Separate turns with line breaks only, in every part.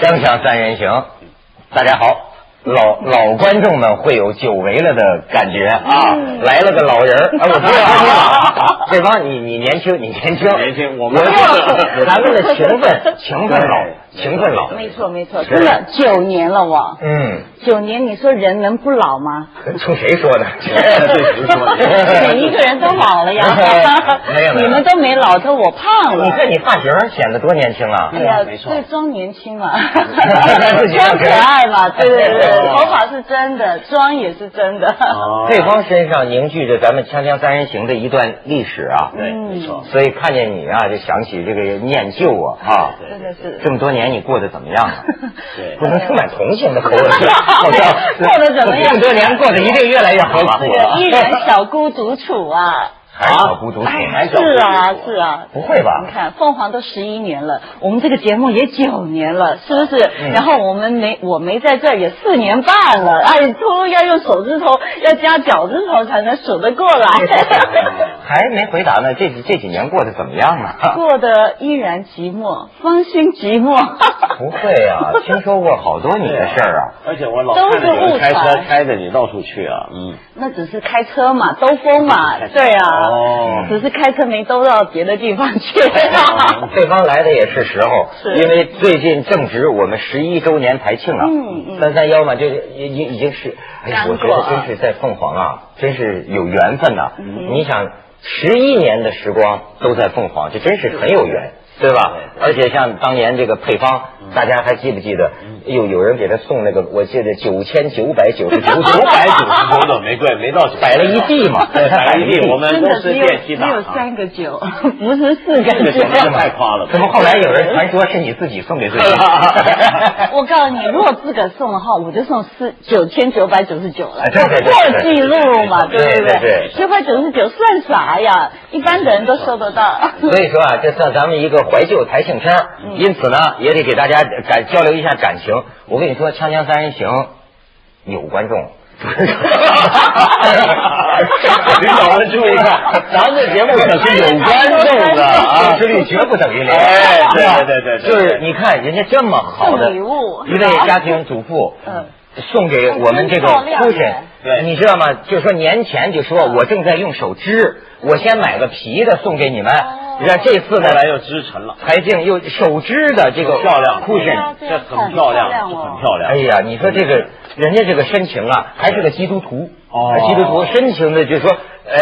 锵锵三人行，大家好，老老观众们会有久违了的感觉啊，
嗯
来了个老人儿，哎，我不是说你 老，对方你你年轻，你年轻，
年轻我 们
我咱们的情 分情分老情分老，
没错没错，
是
真的九年了我，
嗯，
九年，你说人能不老 吗？
冲谁说的？，
对谁说的
每一个人都老了呀
没有没有
你们都没老，都我胖
你
了。
看你发型显得多年轻啊！
哎呀，
没错
对，装年轻嘛，
自己要
装
给
可爱嘛，对对对
对
对，头发是真的，妆也是真的。
对
哦
方身上凝聚着咱们《锵锵三人行》的一段历史啊，
对，没错，
所以看见你啊，就想起这个念旧啊啊！
对
真的是，
这么多年你过得怎么样 啊？
对
不能充满同情的口吻，好像
过得怎么样
这么多年过得一定越来越好吧？
这 个依然小孤独处啊。
还是小孤独挺
哎小孤独
是啊，是啊，
不会吧
你看，凤凰都十一年了，我们这个节目也九年了，是不是？
嗯
然后我们没，我没在这儿也四年半了，哎，都要用手指头，要加脚趾头才能数得过 来。
还没回答呢，这几这几年过得怎么样啊呢？
过得依然寂寞，芳心寂寞。
不会啊，听说过好多你的事儿啊。
而且我老看着你们开车开着你到处去啊，嗯，
那只是开车嘛，兜风嘛，对啊，
哦
只是开车没兜到别的地方去。
哎 嗯对方来的也是时候，
是
因为最近正值我们十一周年排庆啊，
嗯嗯
三三幺嘛，就已已已经是，哎呀，
刚
我觉
过
得
啊
真是在凤凰啊，真是有缘分呐、你想，十一年的时光都在凤凰，这真是很有缘。对吧？而且像当年这个配方，大家还记不记得？有有人给他送那个，我记得九千九百九十九，九百九十九
九朵玫瑰没到九，
摆了一地嘛，
对，摆了一地，我们
真
都
的
是
只有
电
只
梯党
有
啊，
三个九，不是四
这
个
个
九
简。直太夸了，
怎么后来有人传说是你自己送给自己？
我告诉你，如果自个送的话，我就送四九千九百九十九了
哎，对对对
破纪录嘛，
对
对
对
不
对对
对？九百九十九算啥呀？一般的人都收得到。
所以说啊，这算咱们一个怀旧台庆片儿
嗯
因此呢，也得给大家感交流一下感情。我跟你说，《锵锵三人行》有观众。
领导们注意看
咱这节目可是有观众的啊，
收视
率绝不等于
零
哎，对
是吧
对对对，就是你看人家这么好的
送礼物
一位家庭主妇，
嗯
送给我们这个
很漂亮
cushion，
对
你知道吗？就说年前就
嗯
说我正在用手织，我先买个皮的送给 你们，让这次
后
呢
来又织成了，
财经又手织的这个
漂亮，
cushion。
这很漂亮，很漂亮，
哎呀，你说这个人家这个深情啊，还是个基督徒啊
哦
基督徒深情的，就是说，呃，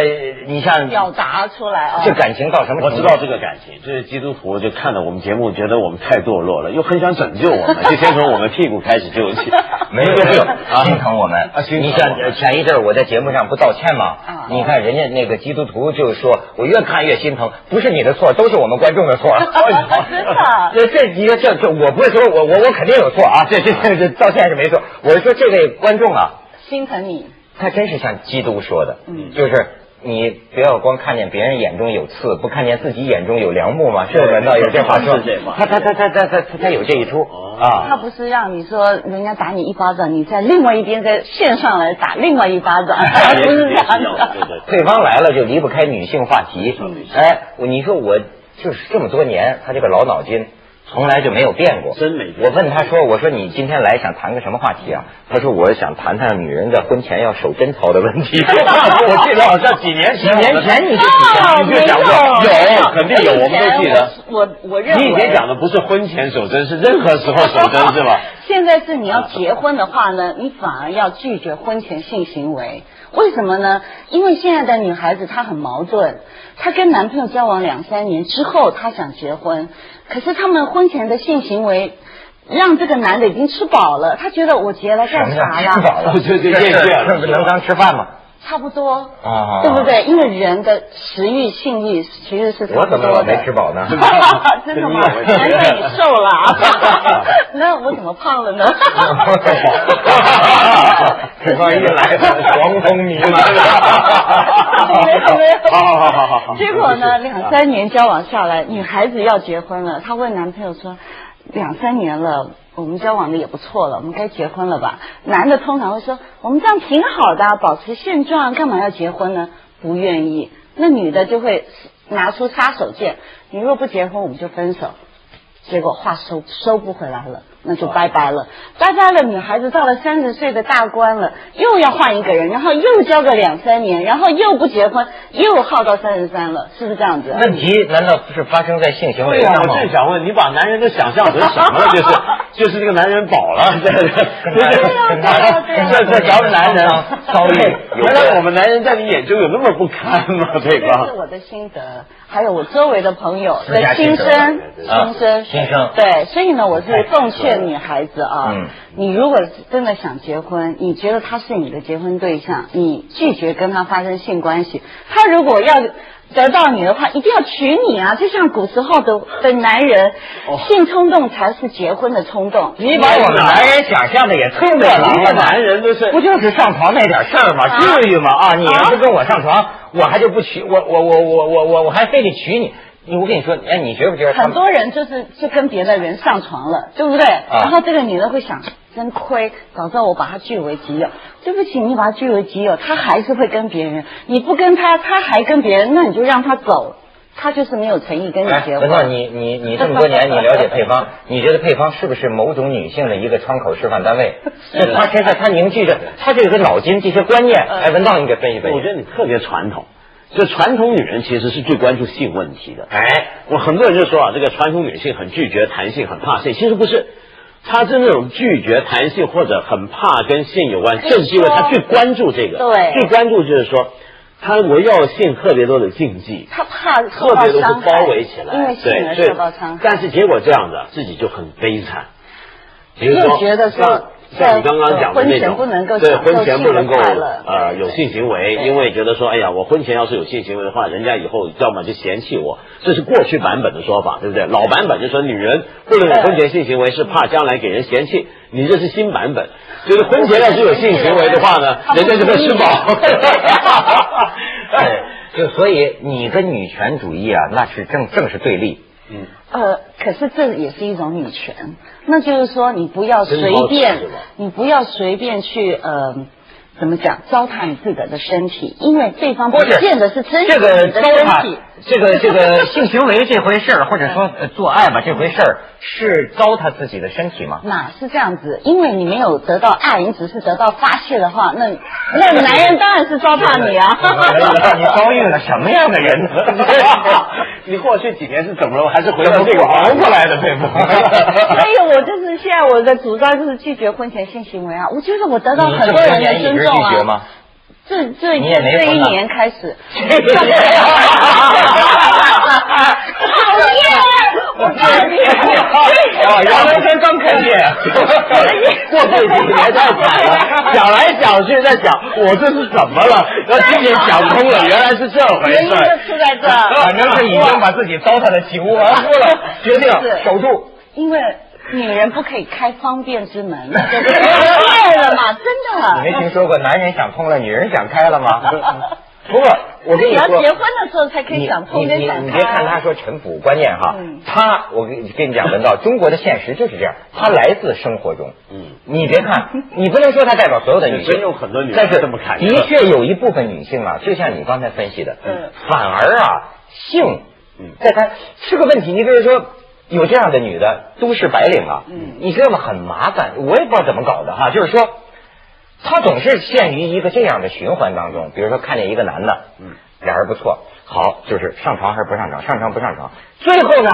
你像
表达出来啊
这，感情到什么
我
程度？
知道这个感情，这是基督徒就看着我们节目，觉得我们太堕落了，又很想拯救我们，就先从我们屁股开始救起。
没有没有啊，心疼我们
啊心疼我们
你像呃前一阵儿我在节目上不道歉吗？
啊
你看人家那个基督徒就说，我越看越心疼，不是你的错，都是我们观众的错。 哎
真 的
这这你说这这，我不是说我我我肯定有错啊，这这这这道歉是没错。我是说这位观众啊，
心疼你。
他真是像基督说的，
嗯
就是你不要光看见别人眼中有刺，不看见自己眼中有梁木嘛，是不是？
对
文道有这话说
是这话，
他他他他他他他他有这一出
哦
啊
他。不是让你说人家打你一巴掌，你在另外一边在线上来打另外一巴掌，
哎
不是这样
对
的。
对对，
配方来了就离不开女性话题
嗯。
哎，我你说我就是这么多年，他这个老脑筋从来就没有变过。
真没变
我问他说：“我说你今天来想谈个什么话题啊？”他说：“我想谈谈女人在婚前要守贞操的问题。” 我记得好像几年前，啊几年
哎
前你就
哦
你就讲过，
没有
有肯定有，我们都记得。
我我认为
你以前讲的不是婚前守贞，是任何时候守贞，是吧？
现在是你要结婚的话呢，你反而要拒绝婚前性行为，为什么呢？因为现在的女孩子她很矛盾，她跟男朋友交往两三年之后，她想结婚，可是他们婚前的性行为。让这个男的已经吃饱了，他觉得我结了
什
干
么
啥
叫吃
呀？
饱了？
对对对对
这不能当吃饭吗？
差不多，
啊
对不？对？因为人的食欲、性欲其实是差
我
不
怎么
多
老没
的
吃。饱呢？
真的吗？
真的
难怪你瘦了 啊，那我怎么胖了呢？
这方一来， 狂风弥漫。
没有 没有，
好好好好好
结果呢，两三年交往下来，女孩子要结婚了，她问男朋友说：“两三年了，我们交往的也不错了，我们该结婚了吧？”男的通常会说：“我们这样挺好的啊，保持现状，干嘛要结婚呢？”不愿意，那女的就会拿出杀手锏：“你若不结婚，我们就分手。”结果话收收不回来了，那就拜拜了。拜拜了，女孩子到了三十岁的大关了，又要换一个人，然后又交个两三年，然后又不结婚，又耗到三十三了，是不是这样子啊？
问题难道不是发生在性行为
对呀、
上
我
吗？
正想问你，把男人都想象成什么了？就是就是这个男人饱了，对对
对呀对呀
这这咱们男人
遭遇有
原来我们男人在你眼中有那么不堪吗？对
这是
吧？
我的心得，还有我周围的朋友
私下
的
心
心
得
声
对对，对
心声，
心声
对，所以呢，我
太
是
可
奉
了
劝女孩子啊
嗯，
你如果真的想结婚，你觉得他是你的结婚对象，你拒绝跟他发生性关系，他如果要。得到你的话，一定要娶你啊！就像古时候的的男人，性冲动才是结婚的冲动。
哦你把我们男人想象的也忒过狼了
每啊一个
吧？
男人都是
不就是上床那点事儿吗？
啊
至于吗？啊，你要
啊
是跟我上床，我还就不娶我我我我我我我还非得娶你？你我跟你说，哎，你觉不 觉得他
很
们
多人就是就跟别的人上床了，对不对？
啊
然后这个女的会想，真亏，早知道我把她据为己有。对不起，你把她据为己有，她还是会跟别人。你不跟她，她还跟别人，那你就让她走，她就是没有诚意跟你
哎，
结
文道，
婚。
你你你这么多年，你了解配方，你觉得配方是不是某种女性的一个窗口示范单 位？
是
就她身上，她凝聚着她这个脑筋这些观念。
嗯
哎，文道，你给分析分
我觉
析。
得你特别传统，就传统女人其实是最关注性问题的。
哎，
我很多人就说啊，这个传统女性很拒绝谈性，很怕性，其实不是。她是那种拒绝谈性或者很怕跟性有关，
跟你
正是因为她
说
最关注这个，
对
最关注就是说，她围绕性特别多的禁忌，
她怕受
特
到
别多是
伤害，
包围起来，
因为性而
对
受到伤
对
害。
但是结果这样的，自己就很悲惨。比如
又
说，
觉得说
像像你刚刚讲的那
在婚前
种，
不能够
对
享受
婚前不能够
性的快乐
呃
对
有性行为，
对
因为觉得说，哎呀，我婚前要是有性行为的话，人家以后要么就嫌弃我，这是过去版本的说法，对不对？老版本就说女人不能有婚前性行为，是怕将来给人嫌弃。 你这是新版本，就是婚前要是有性行为的话 呢，人家就会吃 饱。
哎，就所以你跟女权主义啊，那是正正是对立。
嗯
呃，可是这也是一种女权，那就是说你不要随
真
便
高级是吧，
你不要随便去呃，怎么讲糟蹋你自个的身体，因为对方不
不是
见得是真
这
实
个
你的
糟
身
蹋
体。，
这个这个性行为这回事儿，或者说
嗯
呃做爱吧这回事儿，是糟蹋自己的身体吗？
哪是这样子？因为你没有得到爱，你只是得到发泄的话， 那那男人当然是糟蹋你啊！
哎你遭遇了什么样的人呢？
你过去几年是怎么了？还是回
到
到
这
这
个
个
熬
熬
过
过
来
来
的
的，
佩
佩
服
服。
所以，哎我就是现在我的主张就是拒绝婚前性行为啊！我觉得我得到
你
很
这
多
么多
人
年
的
一直拒
尊重啊！
绝吗？
这这
你也没
这
疯
一
啊
年开始，
讨厌
我告诉你
啊，杨文生刚开业，
过去几年太惨了，想来想去在想我这是怎么了，然后今年想通了，原来是这回
原因
事
就
儿。
出在这
反
儿，
正是已经把自己糟蹋的体无完肤 了，决定守住。
因为女人不可以开方便之门，对不对 了嘛，真
你没
的。
听说过男人想通了，女人想开了 吗？不过我跟
你
你
要
说
结，婚的时候才可以
你
想
你
通跟
你
想
你
开
别看他
啊。
说陈腐，关键哈
嗯，
他我跟跟你讲，文道，中国的现实就是这样，他来自生活中。
嗯，
你别看，你不能说它代表所有的女性，
真有很多女人
但是
这么看
的确有一部分女性啊，就像你刚才分析的，
嗯
反而啊，性
嗯，
在她是个问题。你比如说。有这样的女的，都市白领啊，
嗯
你知道吗？很麻烦，我也不知道怎么搞的哈。就是说，她总是陷于一个这样的循环当中。比如说，看见一个男的，
嗯，
俩人不错，好，就是上床还是不上床，上床不上床，最后呢，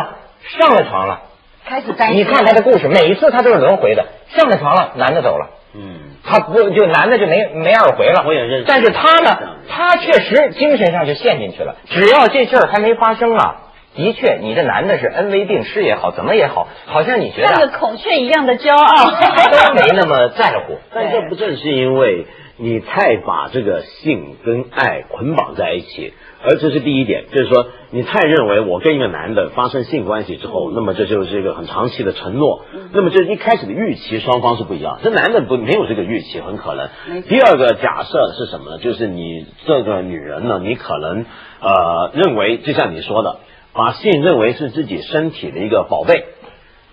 上了床了，
开始担心。
你看他的故事，每一次他都是轮回的，上了床了，男的走了，
嗯，
他不就男的就没没二回了。
我也认识啊
但是他呢
这样的，
他确实精神上就陷进去了。只要这事儿还没发生啊，的确，你这男的是恩威并施也好，怎么也好，好像你觉
像个
得
孔雀一样的骄傲。
啊
哦
都没那么在 乎。
但这不正是因为你太把这个性跟爱捆绑在一起，而这是第一点，就是说你太认为我跟一个男的发生性关系之
嗯
后，那么这就是一个很长期的承诺，那么就是一开始的预期双方是不一样，这男的不没有这个预期，很可能
没。错
第二个假设是什么呢？就是你这个女人呢，你可能呃认为，就像你说的，把性认为是自己身体的一个宝贝。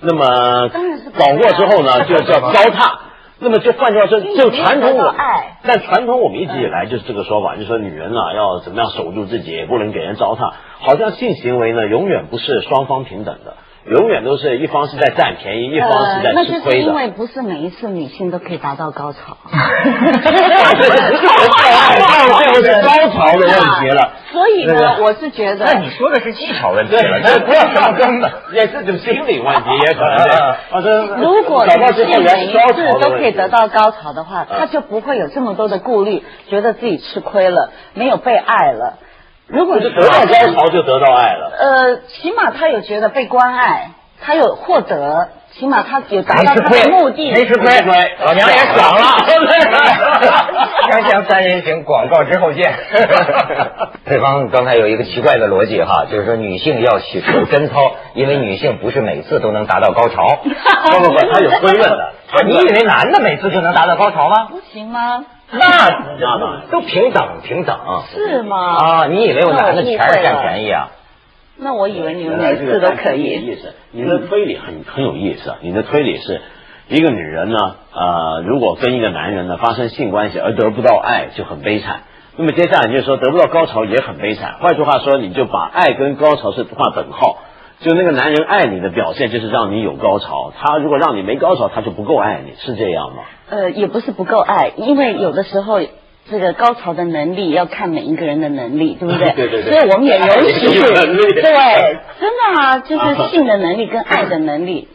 那么
当然是不
搞
对
过
啊
之后呢，就叫 糟蹋。那么就换句话说，
因为
就
你没有
传统
得
我
到爱嗯
但传统我们一直以来就是这个说法，就说女人啊要怎么样守住自己，也不能给人糟蹋。好像性行为呢，永远不是双方平等的。永远都是一方是在占便宜，一方是在
呃那
吃
就是
亏的
因。为不是每一次女性都可以达到 高潮。
最后是高潮的问题了。
所以
对
呢，
对
我是觉得
那你说的是技巧问题
对
了，那不要上根本。
也是种心理问题，也可能对。啊，这
如果
找到
女
之
性
后原来
每
是
一
高潮
次
的
都
问
可
题
以得到高潮的话，
嗯
她就不会有这么多的顾虑，觉得自己吃亏了，没有被爱了。如果
不是得到高潮就得到爱了。
呃，起码她有觉得被关爱，她有获得，起码她有达
没
到
吃
她
亏
的目的。
没吃亏
没吃亏，
老娘也爽 了。锵锵三人行，广告之后见。 对方刚才有一个奇怪的逻辑哈，就是说女性要去除贞操，因为女性不是每次都能达到高 潮。啊
不不不，他有推论 的。
你以为男的每次就能达到高潮吗？
不行吗？
那
那当然
都平等平等啊
是吗？
啊！你以为我男的全是占便宜啊？
那我以为你们每次都可以。
意思，你的推理很很有意思。啊你的推理是，一个女人呢，呃，如果跟一个男人呢发生性关系而得不到爱，就很悲惨。那么接下来你就说得不到高潮也很悲惨。换句话说，你就把爱跟高潮是画等号。就那个男人爱你的表现就是让你有高潮，他如果让你没高潮，他就不够爱你，是这样吗？
呃，也不是不够爱，因为有的时候。这个高潮的能力要看每一个人的能力，对不对？
对对对
所以我们也允 许，
有能力
对，真的啊，就是性的能力跟爱的 能力，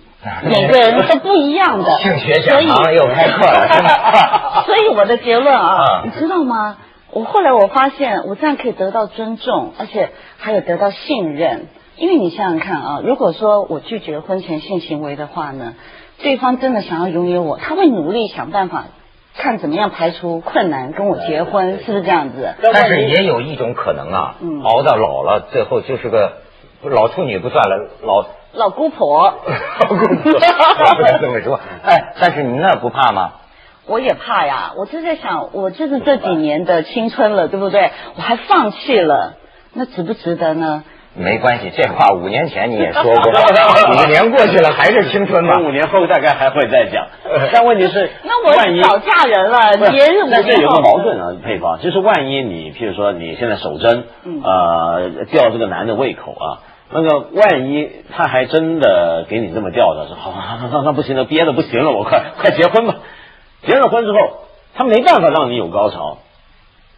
每个人都不一样 的。
性学
所
讲
以
堂又开课了，是 吧？
所以我的结论啊
啊，
你知道吗？我后来我发现，我这样可以得到尊重，而且还有得到信任。因为你想想看啊，如果说我拒绝婚前性行为的话呢，对方真的想要拥有我，他会努力想办法，看怎么样排除困难跟我结婚，是不是这样子？
但是也有一种可能啊，
嗯
熬到老了，最后就是个不老处女不算了，老
老姑婆，
老公 婆，我不能这么说。哎，但是你那不怕吗？
我也怕呀，我就在想，我就是这几年的青春了，对不对？我还放弃了，那值不值得呢？
没关系，这话五年前你也说过， 五年过去了还是青春嘛
那。五年后大概还会再讲，但问题是，
那
万一
我早嫁人了，别人我
但是有个
后
矛盾啊，配方就是万一你，譬如说你现在手真，
嗯
呃，吊这个男的胃口啊，那个万一他还真的给你这么吊着，说好，那那那不行了，憋的不行了，我快快结婚吧。结了婚之后，他没办法让你有高潮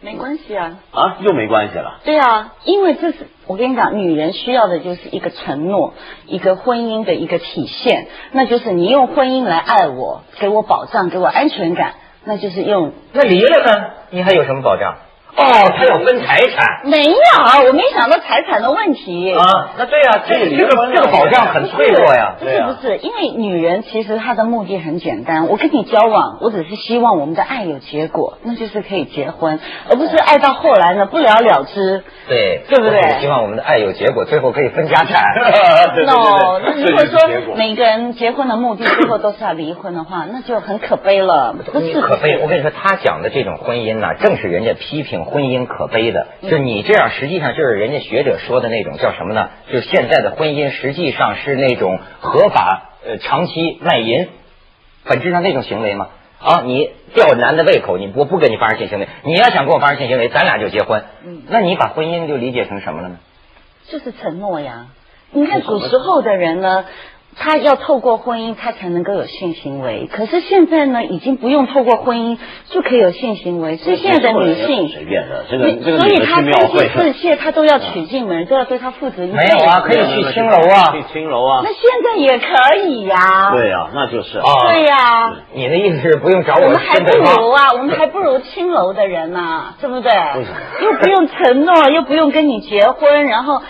没关系啊。
啊，又没关系了。
对啊，因为这是我跟你讲，女人需要的就是一个承诺，一个婚姻的一个体现，那就是你用婚姻来爱我，给我保障，给我安全感，那就是用
那离了呢？你还有什么保障？哦，他要分财产
没有，啊我没想到财产的问题。
哦
啊？那对啊，这
这个
这
离
个
婚啊了
这个保障
不
很
是
脆弱呀。
不
对
是
啊
不是，因为女人其实她的目的很简单，我跟你交往，我只是希望我们的爱有结果，那就是可以结婚，而不是爱到后来呢不了了之。
对，
对不对
我希望我们的爱有结果，最后可以分家 产。
对对对对
no，那如
这就
果
是结果
说每个人结婚的目的最后都是要离婚的话，那就很可悲了，不
你
是
可悲，我跟你说，他讲的这种婚姻呢、正是人家批评婚姻可悲的。
嗯
就你这样，实际上就是人家学者说的那种叫什么呢？就是现在的婚姻实际上是那种合法呃长期卖淫，本质上那种行为嘛。啊，你吊男的胃口，你我不跟你发生性行为，你要想跟我发生性行为，咱俩就结婚。
嗯
那你把婚姻就理解成什么了呢？
就是承诺呀。你看古时候的人呢，他要透过婚姻他才能够有性行为，可是现在呢，已经不用透过婚姻就可以有性行为，所以现在的女
随
性。
便的，这个这个
所
女
以
的
她
去庙
三
会
妻，四妾，她都要娶进门，都要对她负责一辈子。
没有啊可以去青楼啊
去青楼啊
那，现在也可以呀。
对呀，那就是啊
啊
对呀，
你的意思是不用找
我
我
们还
跟
不
对方？
如啊，我们还不如青楼的人呐、对不对
为什么？
又不用承诺，又不用跟你结婚，然后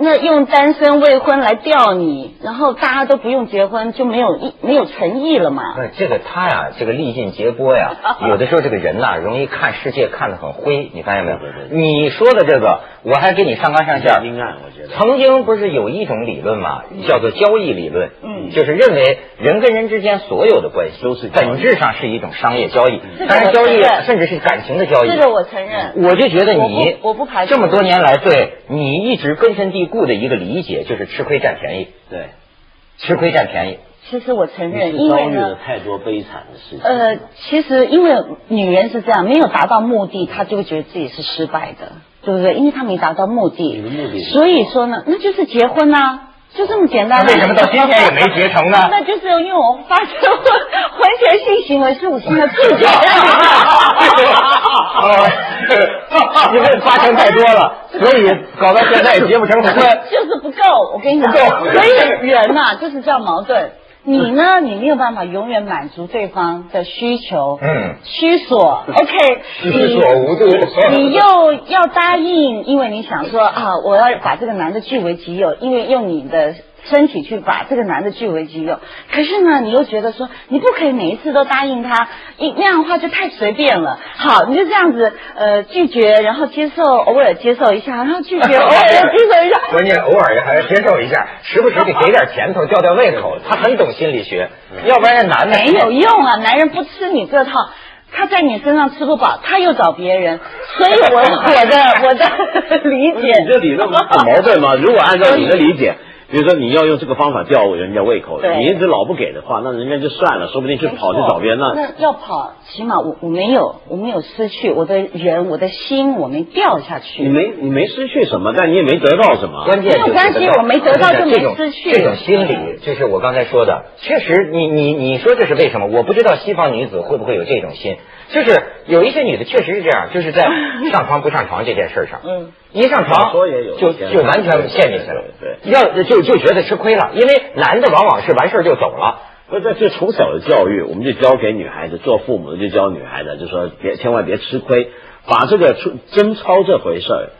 那用单身未婚来吊你，然后大家都不用结婚，就没有意没有诚意了嘛
不。是这个他呀，这个历尽劫波呀，有的时候这个人呐、容易看世界看得很灰，你发现没有
对对？对
你说的这个，我还给你上纲上线儿。
阴暗，我觉得。
曾经不是有一种理论嘛，叫做交易理论，
嗯
就是认为人跟人之间所有的关系
都是交易
本质上是一种商业交易
这个，
但是交易
我承认
甚至是感情的交易。
这个我承认，
我就觉得
我
哎你
不我不排斥
这么多年来对你一直根深蒂固的一个理解就是吃亏占便宜，
对，
吃亏占便宜。
其实我承认，
你是
因
遭
为
遇
呢
了。太多悲惨的事情。
呃，其实因为女人是这样，没有达到目的，她就会觉得自己是失败的，对不对？因为她没达到目的，
你的目的是什么
所以说呢，那就是结婚啊，就这么简单。
那为什么到今天也没结成呢
那就是因为我发生婚婚前性行为是我现在 自己 哦
哦，因为发生太多了，所以搞到现在也结不成婚。
就是不够，我跟你讲，
不够
所以人呐、就是这样矛盾。你呢，你没有办法永远满足对方的需求，
嗯
需索，OK，
虚所无度
你 你又要答应，因为你想说啊，我要把这个男的据为己有，因为用你的身体去把这个男的据为己有。可是呢，你又觉得说你不可以每一次都答应他，一那样的话就太随便了。好，你就这样子呃拒绝，然后接受，偶尔接受一下，然后 拒绝，偶尔又接受一下，
关键偶尔还要接受一下，时不时得给点甜头吊吊胃口。他很懂心理学，要不然这男的
没有用啊！男人不吃你这套，他在你身上吃不饱，他又找别人，所以 我我的我的 理
不是
解，
你这理论不是很 矛盾吗？如果按照你的理解，比如说你要用这个方法吊人家胃口，
对
你一直老不给的话，那人家就算了，说不定去跑去找别人
那
了。
要跑，起码我我没有我没有失去我的人，我的心我没掉下
你
去。
没你没失去什么，但你也没得到什么。
关键就是
没有关系
这个
我没得到就没
这种
失去
这种心理就是我刚才说的，确实你，你你说这是为什么？我不知道西方女子会不会有这种心，就是有一些女的确实是这样， 就是在上床不上床这件事上，
嗯，
一上床
小说也有
就
这样
就完全陷进去了，
对
要就就觉得吃亏了，因为男的往往是完事儿就走了。
不是，就从小的教育，我们就教给女孩子，做父母的就教女孩子，就说别千万别吃亏，把这个出贞操这回事儿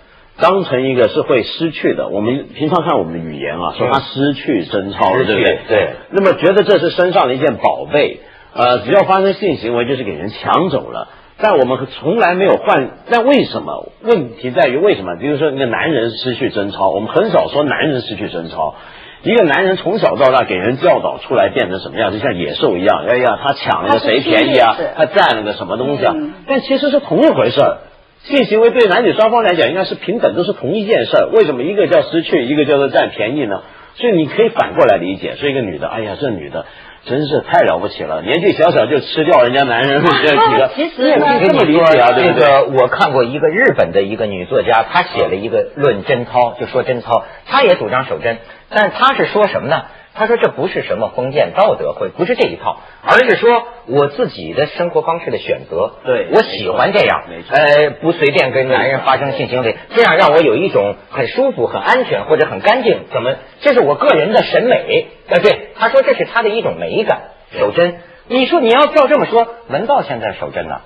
当成一个是会失去的。我们平常看我们的语言啊，说他失去贞操了，
失去
对不对？
对
那么觉得这是身上的一件宝贝，呃，只要发生性行为就是给人抢走了。但我们从来没有换，那为什么？问题在于为什么？比如说，一个男人失去贞操，我们很少说男人失去贞操。一个男人从小到大给人教导出来变成什么样，就像野兽一样。哎呀，他抢了个谁便宜啊
他是侵略者？
他占了个什么东西啊
嗯？
但其实是同一回事儿。性行为对男女双方来讲应该是平等，都是同一件事儿。为什么一个叫失去，一个叫做占便宜呢？所以你可以反过来理解，说一个女的，哎呀，这女的真是太了不起了，年纪小小就吃掉人家男 人这几个，
其实
你也可以这么理解啊，对
这
不对？
个我看过一个日本的一个女作家，她写了一个论贞操，就说贞操，她也主张守贞，但是她是说什么呢？她说这不是什么封建道德会，不是这一套，而是说我自己的生活方式的选择。
对
我喜欢这样
没，错
呃，不随便跟男人发生性行为，这样让我有一种很舒服、很安全或者很干净。怎么？这是我个人的审美。呃，对，她说这是她的一种美感，守贞。你说你要照这么说，文道现在守贞呢？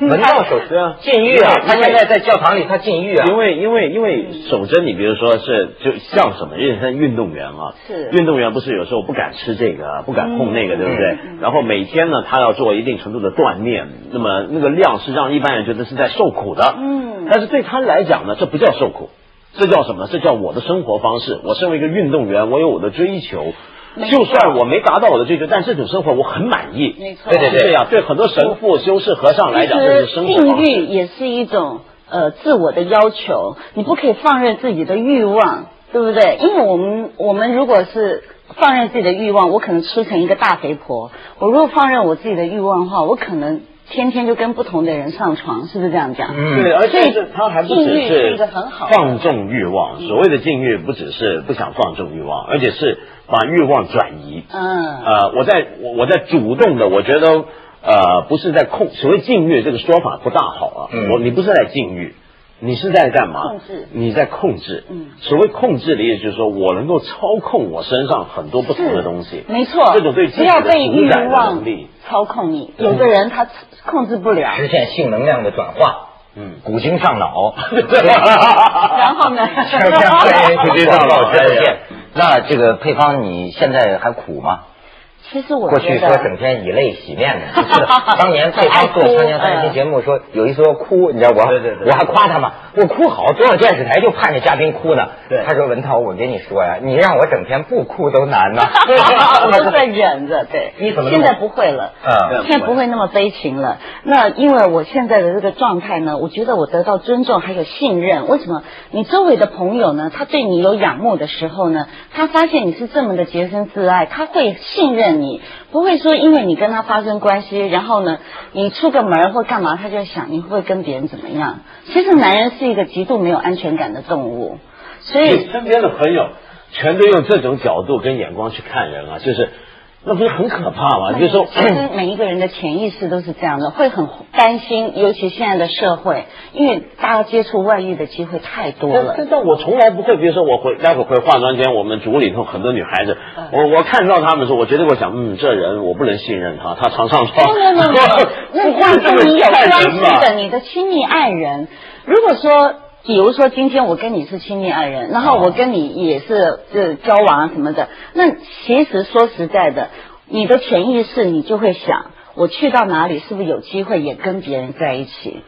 文道手
对啊
禁欲啊
对，
他现在在教堂里他禁欲啊
因。为因为因为守贞，你比如说是就像什么，认真运动员啊，
是
运动员不是有时候不敢吃这个，不敢碰那个，
嗯
对不对？然后每天呢，他要做一定程度的锻炼，那么那个量是让一般人觉得是在受苦的，
嗯
但是对他来讲呢，这不叫受苦，这叫什么？这叫我的生活方式。我身为一个运动员，我有我的追求
没。错
就算我没达到我的追求，但这种生活我很满意。
没错嗯
对对对，对呀，对很多神父、修士、和尚来
其
讲，这
实
是生活
性
方式。
欲也是一种呃自我的要求，你不可以放任自己的欲望，对不对？因为我们我们如果是放任自己的欲望，我可能吃成一个大肥婆；我如果放任我自己的欲望的话，我可能天天就跟不同的人上床，是不是这样讲？
嗯
对，而且
所
是
以
它还不
禁
只
欲是一个很好的嗯
放纵欲望。所谓的禁欲，不只是不想放纵欲望，而且是把欲望转移。
嗯，
呃，我在我我在主动的，我觉得呃不是在控，所谓禁欲这个说法不大好啊。
嗯
我你不是在禁欲，你是在干嘛？
控制
你在控制。
嗯
所谓控制的意思就是说我能够操控我身上很多不同的东西。
没错，
这种对自
不
己
要
的
被
主
欲
宰的
望
能力。
操控你。有的人他控制不了，
实现性能量的转化，
嗯，
古今上 脑。
然 后呢？
锵锵三人行，
广告
专
专
线
线。
那这个配方，你现在还苦吗？
其实我
过
觉
去
得
说 整天以泪洗面的，是的当年配方做《锵锵三人行》节目说有一次我哭，你知道我
对对对
我还夸他嘛，我哭好，多少电视台就盼着嘉宾哭呢。
对
他说文涛，我跟你说呀，你让我整天不哭都难 呐。
我都在忍着，对。
你怎么那
现
么
在不会了？
嗯
现在不会那么悲情了。那因为我现在的这个状态呢，我觉得我得到尊重还有信任。为什么？你周围的朋友呢，他对你有仰慕的时候呢，他发现你是这么的洁身自爱，他会信任你，不会说因为你跟他发生关系，然后呢，你出个门或干嘛，他就想你会不会跟别人怎么样。其实男人是一个极度没有安全感的动物，所以
你身边的朋友，全都用这种角度跟眼光去看人啊，就是那不是很可怕吗？啊就是说，嗯
其 实每一个人的潜意识都是这样的，会很担心，尤其现在的社会，因为大家接触外遇的机会太多
但
了
但。但我从来不会，比如说我回待会儿回化妆间，我们组里头很多女孩子，我我看到她们的时候，我绝对会想，嗯，这人我不能信任他，他常上
没
床，
有没有没 有没有那
不
这样
会这
跟你
么
有
看
关
人
系
吧？
的，你的亲密爱人，如果说。比如说，今天我跟你是亲密爱
啊
人，然后我跟你也是呃交往啊什么的，那其实说实在的，你的潜意识你就会想，我去到哪里是不是有机会也跟别人在一起？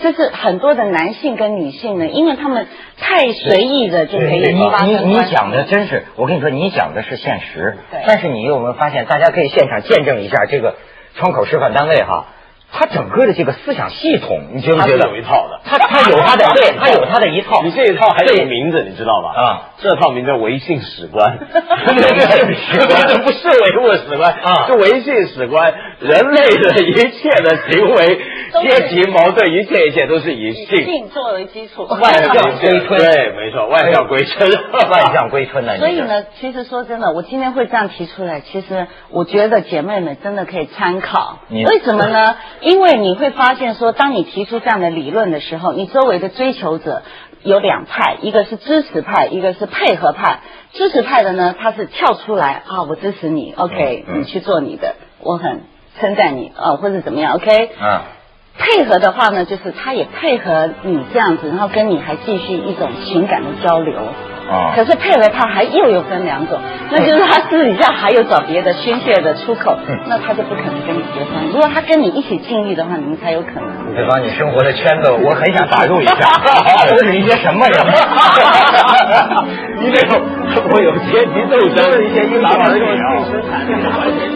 这是很多的男性跟女性呢，因为他们太随意的就可
对
以
对，
发
你
生
你
关系
讲的真是，我跟你说，你讲的是现实
对。
但是你有没有发现，大家可以现场见证一下这个窗口示范单位哈，他整个的这个思想系统，你觉不
他
觉
是
得
有一套的，
他他有 他的，对他有他的一套。
你这一套还有个
对
名字，你知道吧？
啊，
这套名叫唯信 史观，
唯信史观
不是唯物史观
啊
是唯信史观。人类的一切的行为、
都是
阶级矛盾，一切一切都是以
以
性。
性作为基础，
外向哎 归春
对，没错，万象归春，
万象归春呢？你
所以
这，
呢，其实说真的，我今天会这样提出来，其实我觉得姐妹们真的可以参考。
你
为什么 呢？因为你会发现说，当你提出这样的理论的时候，你周围的追求者有两派，一个是支持派，一个是配合派。支持派的呢，他是跳出来啊，我支持你，OK，、
嗯嗯
你去做你的，我很称赞你啊、或者怎么样，OK。
嗯，
配合的话呢，就是他也配合你这样子，然后跟你还继续一种情感的交流。
哦
可是配合他还又有分两种，那就是他私底下还有找别的宣泄的出口
嗯，
那他就不可能跟你结婚。如果他跟你一起禁欲的话，你们才有可能。
对方，你生活的圈子，我很想打入 一下，都是一些什么人？
你这个会有阶级斗争，
都是一些阴
打
谋
倒这
论
个
啊
生产力的环节。